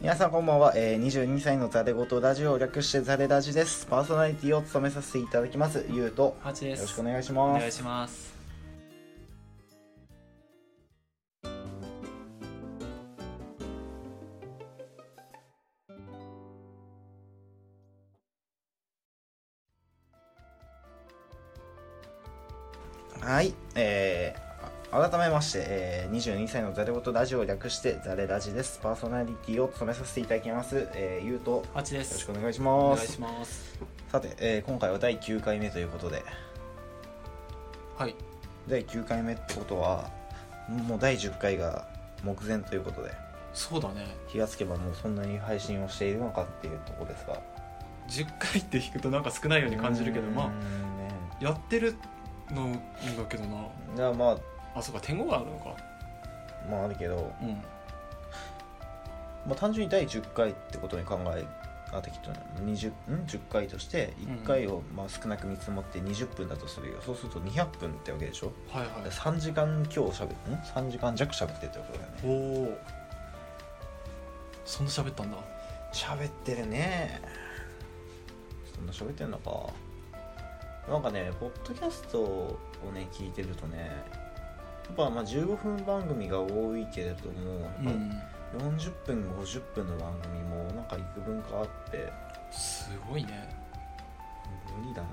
皆さんこんばんは、えー、22歳のザレ言ラジオを略してザレラジですパーソナリティを務めさせていただきますゆうとハチよでろす。しくお願いしおま願いすします。はいえー、改めまして、えー、22歳のザレ言ラジオを略してザレラジですパーソナリティを務めさせていただきます、えー、ゆうとよハチです。ろしくお願いしおま願いすします。さて、えー、今回は第9回目ということではい。第9回目ってことはもう第10回が目前ということでそうだね。気がつけばもうそんなに配信をしているのかっていうところですが10回って聞くとなんか少ないように感じるけど、まあ、ね、あやってるのんだけどな。いやまああ、そうか。天候があるのか。まああるけど、うん。まあ、単純に第10回ってことに考えあ適当な20ん10回として1回をまあ少なく見積もって20分だとするよ、そうすると200分ってわけでしょはいはい。 3時間今日しゃべん3時間弱しゃべってってことだよねおお。そんな喋ったんだ。喋ってるねそんな喋ってんのかなんかねポッドキャストをね聞いてるとねやっぱまあ15分番組が多いけれどもやっうぱん。 40分50分の番組もなんか幾分かあってすごいね。無理だなってな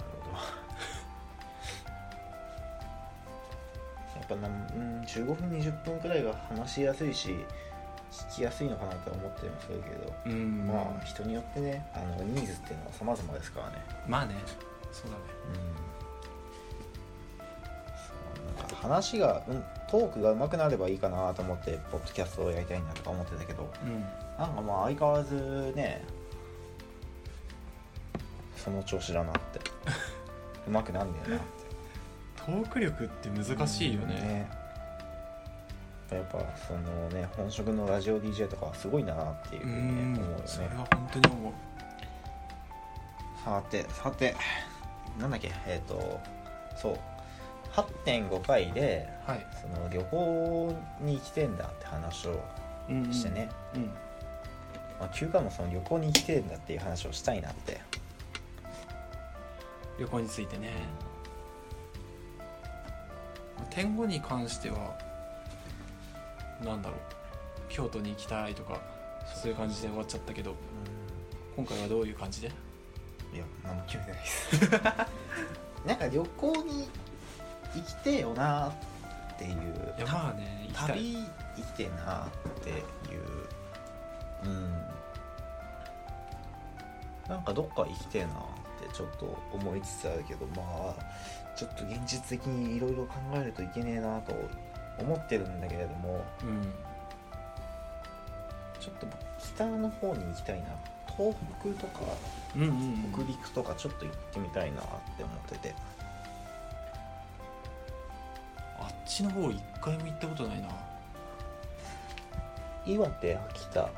るほど やっぱなんうん15分20分くらいが話しやすいし聞きやすいのかなとは思ったりもするけどうん。まあ人によってねあのニーズっていうのは様々ですからねまあね。そうだね。うんなんか話が、うん、トークが上手くなればいいかなと思ってポッドキャストをやりたいなとか思ってたけどうん。なんかまあ相変わらずねその調子だなって 上手くなんねえなってトーク力って難しいよね。やっぱそのね本職のラジオ DJ とかはすごいなっていううふうにんね思うよ。ねそれは本当に思う。さてさてなんだっけえっ、とそう8.5回ではい。その旅行に来てんだって話をうんうんしてね、。うん。まあ、休暇もその旅行に来てんだっていう話をしたいなって旅行についてね天狗に関してはなんだろう京都に行きたいとかそういう感じで終わっちゃったけど今回はどういう感じでいや何も決めてないです なんか旅行に行きてえよなっていういやまあね行きたい旅行きてえなっていううんなんかどっか行きてえなってちょっと思いつつあるけどまあちょっと現実的にいろいろ考えるといけねえなと思ってるんだけれどもうんちょっと北の方に行きたいな東北とかうんうんう北ん陸とかちょっと行ってみたいなって思っててあっちの方一回も行ったことないな岩手秋田あ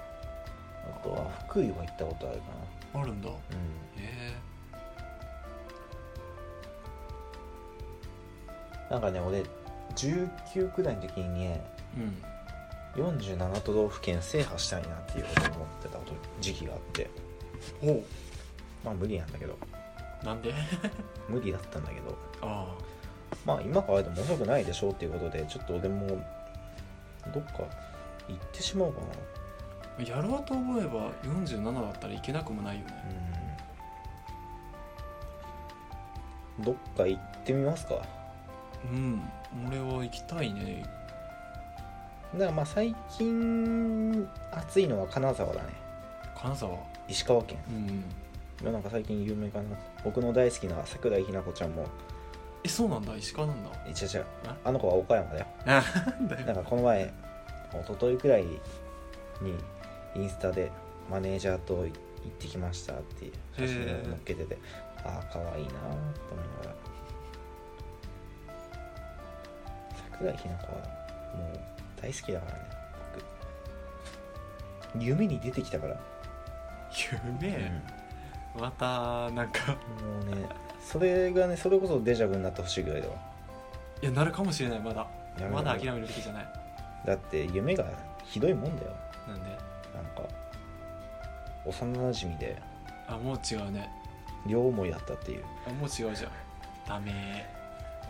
とは福井は行ったことあるかあるんだへなうんえなんかね俺19くらいの時にねうん47都道府県制覇したいなっていうことを思ってたこと時期があってほまあ無理なんだけどうなんで 無理だったんだけどあまあ今からでも遅くないでしょうっていうことでちょっと俺もどっか行ってしまおうかなあやろうと思えば47だったらいけなくもないよねうんどっか行ってみますかだかうん俺は行きたいねらまあ最近暑いのは金沢だね金沢石川県うんなんか最近有名かな僕の大好きな桜井日奈子ちゃんもえそうなんだ石川なんだえ違う違うああの子は岡山だよなんだなんかこの前一昨日くらいにインスタでマネージャーと行ってきましたっていう写真を載っけててああかわいいなと思いながら桜井日奈子はもう大好きだからね僕夢に出てきたから、夢、またなんかうんもうねそれがねそれこそデジャブになってほしいぐらいだわいやなるかもしれないまだやめろまだ諦めるべきじゃないだって夢がひどいもんだよなんでなんか幼馴染であもう違うね両思いだったっていういあもう違うじゃんダメ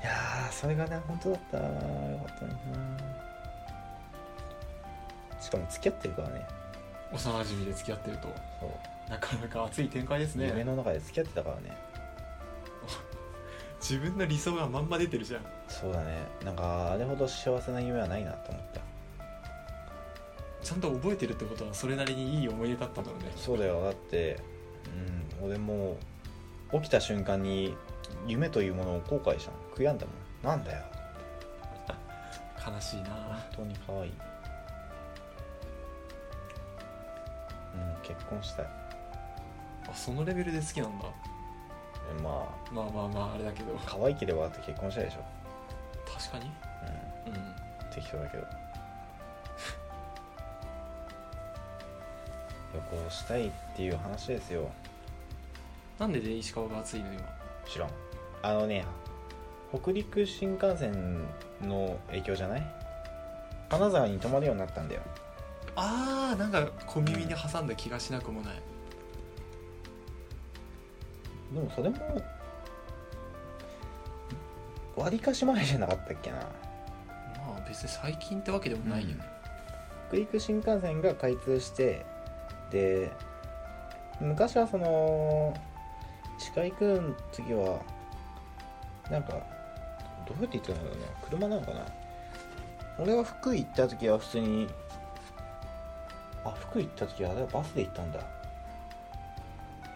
やーそれがね本当だったらよかったのになしかも付き合ってるからねー幼馴染で付き合ってるとそうなかなか熱い展開です夢ねの中で付き合ってたからね自分の理想がまんま出てるじゃんそうだねなんかあれほど幸せな夢はないなと思ったちゃんと覚えてるってことはそれなりにいい思い出だったんだ ろうねそうだよだってうん俺もう起きた瞬間に夢というものを後悔したの悔やんだもんなんだよ悲しいな本当に可愛いうん結婚したいあそのレベルで好きなんだえまあまあまあまああれだけど可愛ければだって結婚したいでしょ、確かにううんん、適当だけど いやこうしたいっていう話ですよなんでで石川が熱いの今知らんあのね北陸新幹線の影響じゃない金沢に泊まるようになったんだよあーなんか小耳に挟んだ気がしなくもないでもそれも割かし前じゃなかったっけなまあ別に最近ってわけでもないよね、北陸新幹線が開通してで昔はその鹿行くん次はなんかどうやって行ってたんだろうね車なのかな俺は福井行った時は普通にあ福井行った時はあれはバスで行ったんだ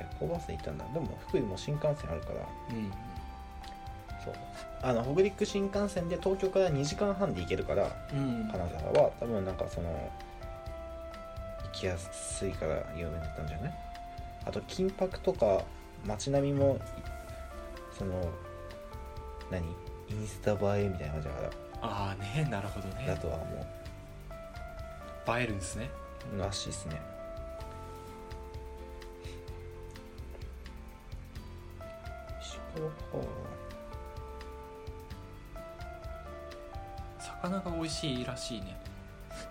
夜行バスで行ったんだでも福井も新幹線あるからうんそうあの北陸新幹線で東京から2時間半で行けるからうん、うん金沢は多分なんかその行きやすいから有名だったんじゃないあと金箔とか街並みもその何インスタ映えみたいな感じだかああねなるほどらだねとはも映えるんですねうらしいっすね石川か魚が美味しいらしいね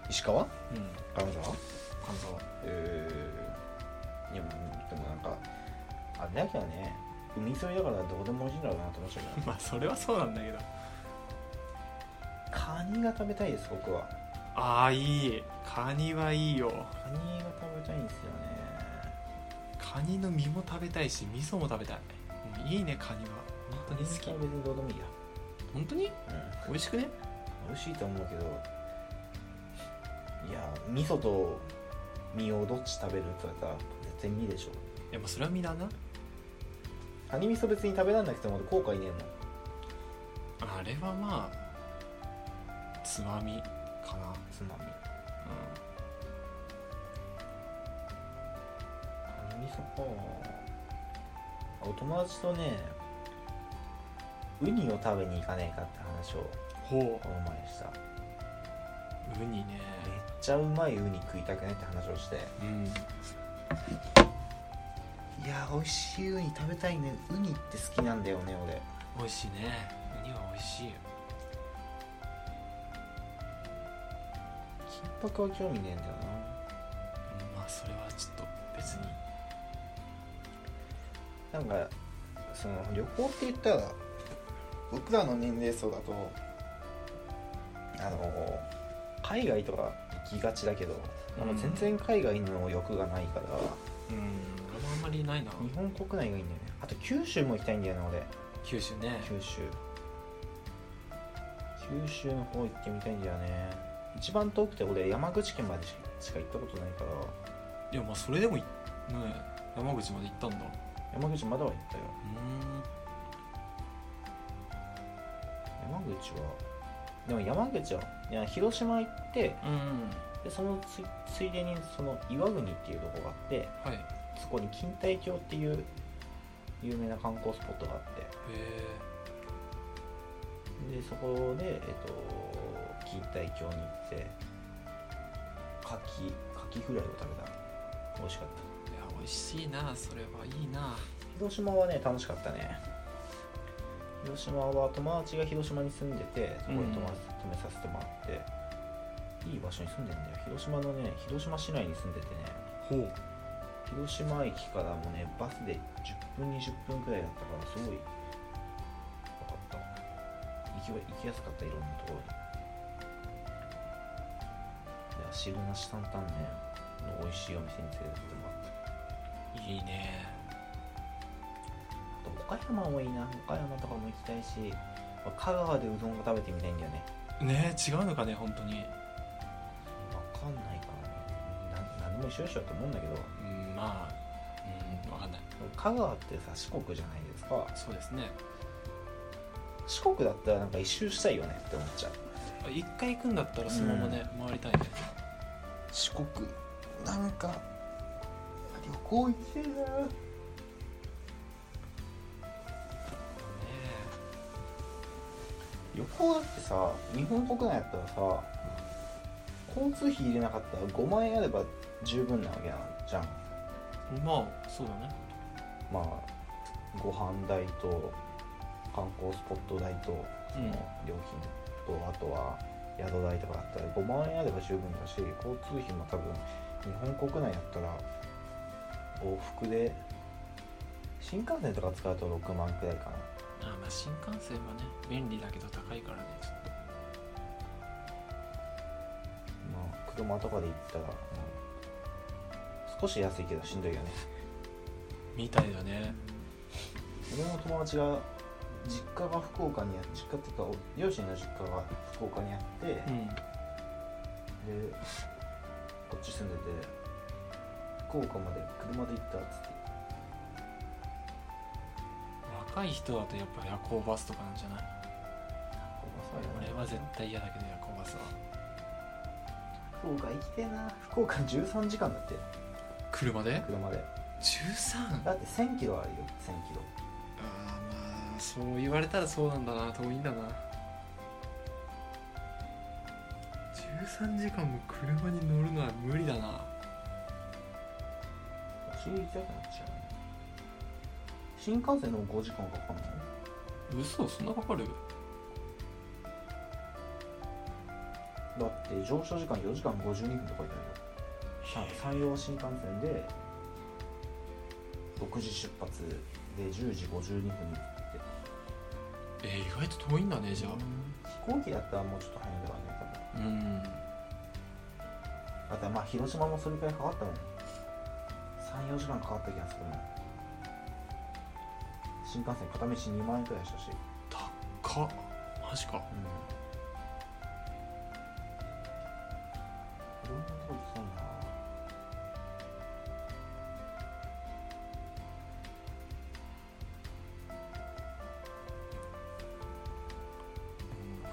石川うん金沢金沢えー、いやでもなんかあれだけどね海沿いだからどうでも美味しいんだろうなと思っちゃうけど まあそれはそうなんだけどカニが食べたいです僕はああいいカニはいいよカニが食べたいんですよねカニの身も食べたいし味噌も食べたいうんいいねカニは本当に好きカニは別にどうでもいいや、本当にうん、美味しくね美味しいと思うけどいや味噌と身をどっち食べるって言われたら絶対身でしょいやまあそれは身だなカニ味噌別に食べられなくても後悔ねえもんあれはまあつまみかなつまみうカニ味噌かお友達とねウニを食べに行かねえかって話をんほこの前しためうウニねっちゃうまいうに食いたくねって話をしてうんいやー美味しいウニ食べたいねウニって好きなんだよね俺美味しいねウニは美味しいよ金箔は興味ねえんだようんまあそれはちょっと別にななんかその旅行って言ったら僕らの年齢層だとあの海外とか行きがちだけど、あうんの全然海外の欲がないからうん俺もあんまりないな日本国内がいいんだよねあと九州も行きたいんだよね俺九州ね九州九州の方行ってみたいんだよね一番遠くて俺山口県までししか行ったことないからいやまあそれでもいね山口まで行ったんだ山口まだは行ったようん山口はでも山口はいや広島行ってうんでそのつついでにその岩国っていうとこがあってはいへそこに錦帯橋っていう有名な観光スポットがあってえでそこで、えっと、錦帯橋に行ってカキカキフライを食べた美味しかったいや美味しいなそれはいいな広島はね楽しかったね広島は友達が広島に住んでてそこに泊ま泊めさせてもらっていい場所に住んでんだよ広島のね広島市内に住んでてねほう広島駅からもねバスで10分20分くらいだったからすごい分かった行きは行きやすかったいろんなところにいや汁なし担々麺の美味しいお店に連れてってもらったいいねあと岡山もいいな岡山とかも行きたいし香川でうどんが食べてみたいんだよねねえ違うのかね本当に分かんないからねな何でも一緒でしょって思うんだけどうんまあうん分かんない香川ってさ四国じゃないですかそうですね四国だったらなんか一周したいよねって思っちゃうあ一回行くんだったらそのままね、回りたいね四国なんか旅行行きたいなね旅行だってさ日本国内だったらさ交通費入れなかったら5万円あれば十分なわけなんじゃんえまあそうだねまあご飯代と観光スポット代とその料金と、あとは宿代とかだったら5万円あれば十分だし交通費も多分日本国内だったら往復で新幹線とか使うと6万くらいかなあまあ新幹線はね便利だけど高いからねちょっとまあ車とかで行ったら、うん、少し安いけどしんどいよねみたいだね俺の友達が実家が福岡にあ実家っていうか両親の実家が福岡にあって、うんでこっち住んでて福岡まで車で行ったっつって若い人だとやっぱ夜行バスとかなんじゃない俺は絶対嫌だけど夜行バスは福岡行きてえな福岡13時間だって車で車で 13? だって1 0 0 0キロあるよ1 0 0 0キロあーまあそう言われたらそうなんだな遠いんだな13時間も車に乗るのは無理だなお尻痛くなっちゃうね新幹線でも5時間かかんない嘘そんなかかるだって乗車時間4時間52分とか書いてあるよ山陽新幹線で6時出発で10時52分に着くってえー意外と遠いんだねじゃ飛行機だったらもうちょっと早いだろうね多分あうんあとはまあ広島もそれくらいかかったもん34時間かかった気がするもん新幹線片道2万円くらいしたし、高っマジかうん、いろんなとこ行きたいな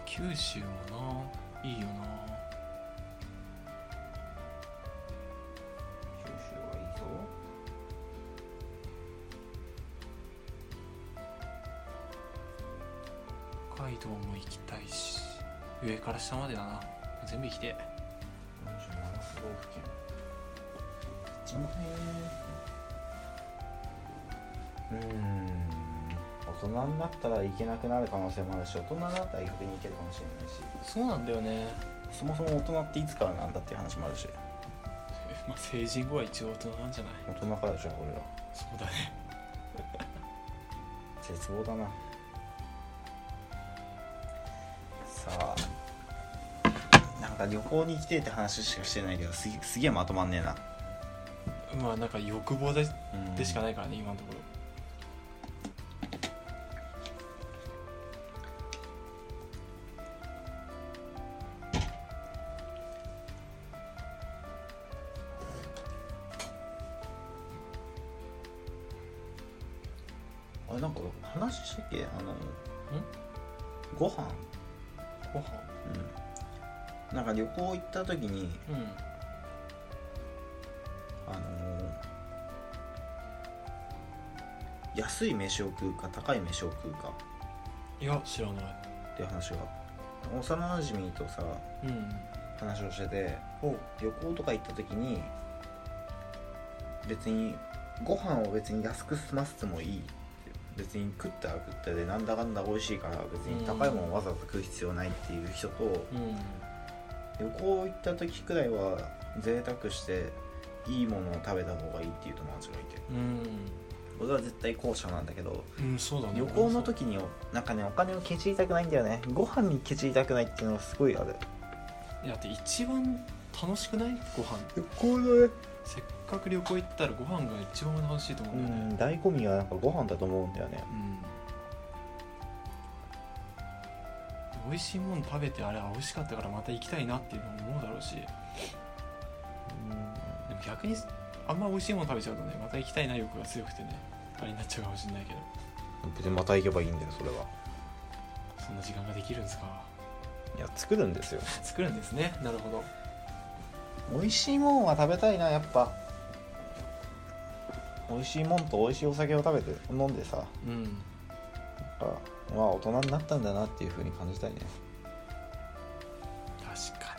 九州もないいよな九州はいいぞ北海道も行きたいし上から下までだな全部行きてえ47都道府県どっちもねうーん大人になったら行けなくなる可能性もあるし大人になったら逆に行けるかもしれないしそうなんだよねそもそも大人っていつからなんだっていう話もあるしまあ成人後は一応大人なんじゃない大人からでしょ俺らそうだね絶望だなさあなんか旅行に来てって話しかしてないけどすげすげえまとまんねえなまあなんか欲望でうんでしかないからね今のところあれなんか話したっけあのご飯ご飯うんなんか旅行行った時にうんあのー安い飯を食うか高い飯を食うかいや知らないっていう話が幼なじみとさうん話をしてておう旅行とか行った時に別にご飯を別に安く済ませてもいいって別に食ったら食ったでなんだかんだ美味しいから別に高いもんわざわざ食う必要ないっていう人とうん旅行行った時くらいは贅沢していいものを食べた方がいいっていう友達がいてう僕は絶対後者なんだけどん、うん、そうだね旅行の時になんかねお金をケチりたくないんだよねご飯にケチりたくないっていうのがすごいあるいやだって一番楽しくないご飯旅行だねせっかく旅行行ったらご飯が一番楽しいと思ううんだよねん醍醐味はなんかご飯だと思うんだよねうん、美味しいもの食べてあれは美味しかったからまた行きたいなっていうのも思うだろうしでも逆にあんま美味しいもの食べちゃうとねまた行きたいな欲が強くてねあれになっちゃうかもしれないけど別にまた行けばいいんだよそれはそんな時間ができるんですかいや作るんですよ作るんですねなるほど美味しいもんは食べたいなやっぱ美味しいもんと美味しいお酒を食べて飲んでさうんやっぱまあ大人になったんだなっていう風に感じたいね確か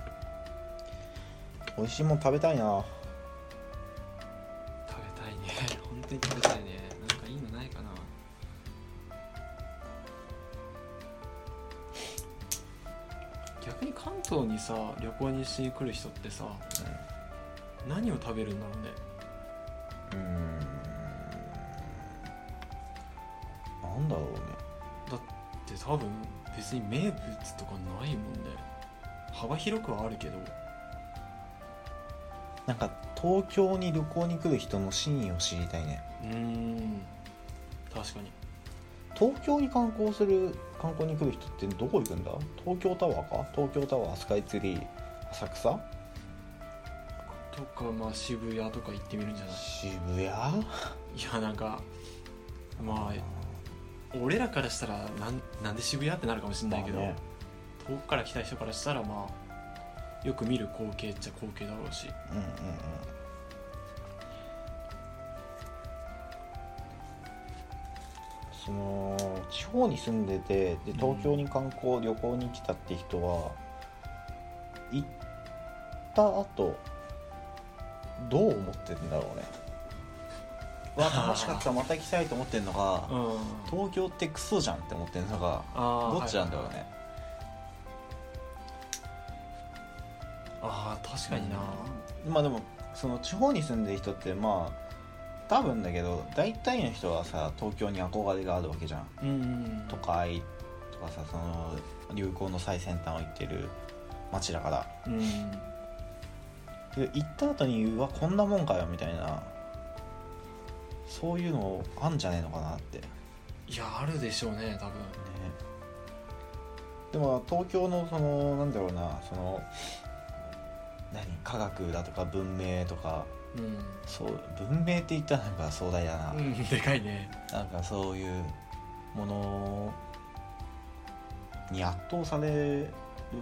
に美味しいもん食べたいな食べたいね 本当に食べたいねなんかいいのないかな逆に関東にさ旅行にしに来る人ってさ何を食べるんだろうねうんうんなんだろうねで多分別に名物とかないもんね幅広くはあるけどなんか東京に旅行に来る人の真意を知りたいねうーん確かに東京に観光する観光に来る人ってどこ行くんだ東京タワーか東京タワースカイツリー浅草とかまあ渋谷とか行ってみるんじゃない渋谷いやなんかまあ俺らからしたらなんなんで渋谷ってなるかもしれないけど、まあね遠くから来た人からしたらまあよく見る光景っちゃ光景だろうしうんうんうんその地方に住んでてで東京に観光、旅行に来たって人は行った後どう思ってるんだろうね わ楽しかったまた行きたいと思ってんのかうん東京ってクソじゃんって思ってんのかあーどっちなんだろうはいね、あー確かにな、まあでもその地方に住んでる人ってまあ多分だけど大体の人はさ東京に憧れがあるわけじゃんうん、都会とかさその流行の最先端を行ってる街だからうんで行った後にうわこんなもんかよみたいなそういうのあんじゃねえのかなって、ね、いやあるでしょうね多分でも東京のそのなんだろうなその何科学だとか文明とかうそう文明って言ったらなんか壮大だな、ん、うん、でかいねなんかそういうものに圧倒される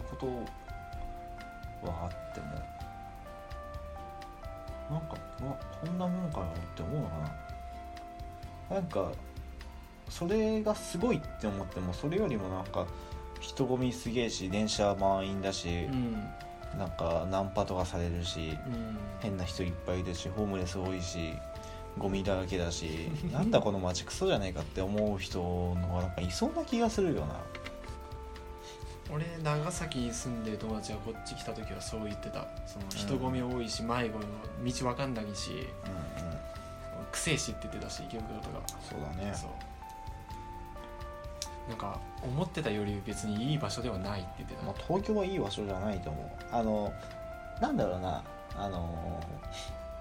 ことはあってもなんかうわこんなもんかよって思うのかななんかそれがすごいって思ってもそれよりもなんか人混みすげえし電車満員だしう、んなんかナンパとかされるしうん変な人いっぱいいるしホームレス多いしゴミだらけだし なんだこの街クソじゃねえかって思う人のがなんかいそうな気がするよな俺長崎に住んでる友達がこっち来た時はそう言ってたその人混み多いし迷子の道わかんないしうんうんくせえしって言ってたし池袋とかそうだねそうなんか思ってたより別にいい場所ではないって言ってた、まあ、東京はいい場所じゃないと思うあのなんだろうなあの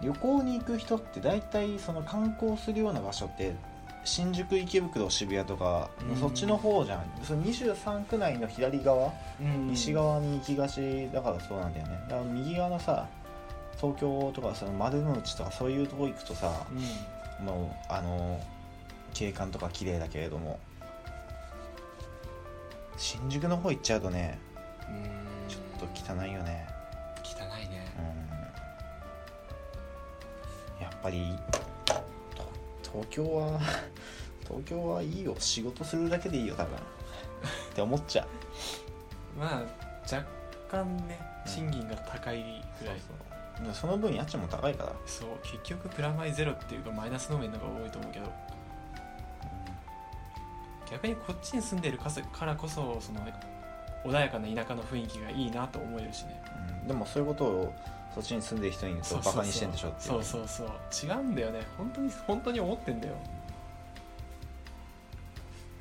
旅行に行く人って大体その観光するような場所って新宿池袋渋谷とか、うんそっちの方じゃんその23区内の左側うん西側に行きがちだからそうなんだよねだから右側のさ東京とかその丸の内とかそういうとこ行くとさうんもうあの景観とか綺麗だけれども新宿の方行っちゃうとねうんちょっと汚いよね汚いねうんやっぱりと東京は 東京はいいよ仕事するだけでいいよ多分って思っちゃうまあ若干ねうん賃金が高いぐらい、でもその分家賃も高いからそう結局プラマイゼロっていうかマイナスの面の方が多いと思うけど逆にこっちに住んでるかせからこそその穏やかな田舎の雰囲気がいいなと思えるしねうんでもそういうことをそっちに住んでる人に言うとバカにしてんでしょっていそうそうそう違うんだよね本当に本当に思ってんだよ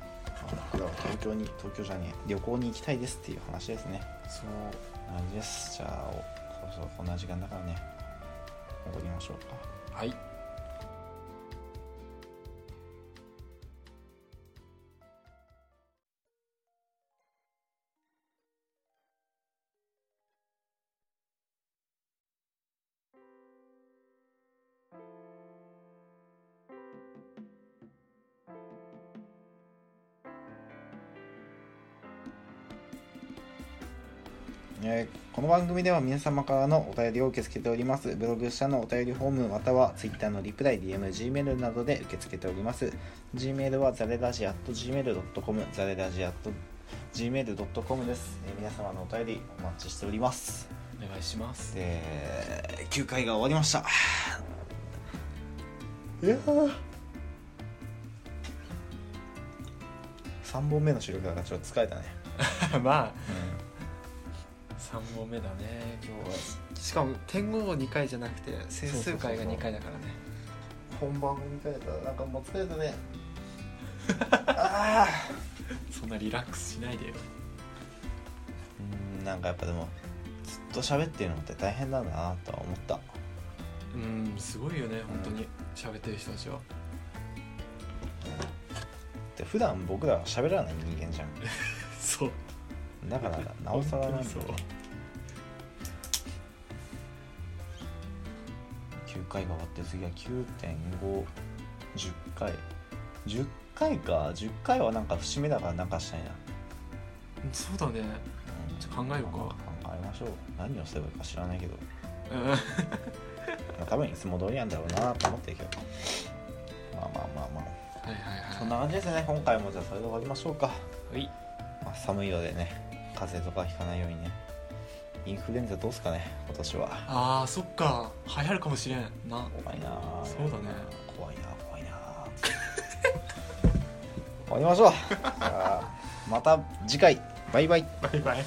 あだから東京に東京じゃねえ旅行に行きたいですっていう話ですねそう感じですじゃあおそうそうこんな時間だからね戻りましょうかはいえーこの番組では皆様からのお便りを受け付けておりますブログ下のお便りフォームまたは Twitter のリプライ DMGmail などで受け付けております Gmail はザレラジ .gmail.com ザレラジ .gmail.com です、えー皆様のお便りお待ちしておりますお願いしますで9回が終わりましたいやー3本目の収録だからちょっと疲れたね、 まあ3本目だね今日はしかも点5を2回じゃなくて整数回が2回だからね本番組かれたらなんかもう疲れたねああそんなリラックスしないでようんなんかやっぱでもずっと喋ってるのって大変なんだなとは思ったうんすごいよね本当に喋ってる人たちは で普段僕らは喋らない人間じゃんそうだからなおさらなんだよね本当に9回が終わって次は9.510回10回か10回はなんか節目だからなんかしたいな、そうだねうんじゃあ考えようか考えましょう何をすればいいか知らないけどうんまあ多分いつも通りなんだろうなと思ってるけどまあまあまあまはいはいあはいそんな感じですね今回もじゃあそれで終わりましょうか、はいまあ、寒いのでね風邪とかひかないようにねインフルエンザどうすかね今年はあーそっか流行るかもしれんな怖いなあそうだね怖いなあ怖いな あ終わりましょうじゃあまた次回バイバイバイバイ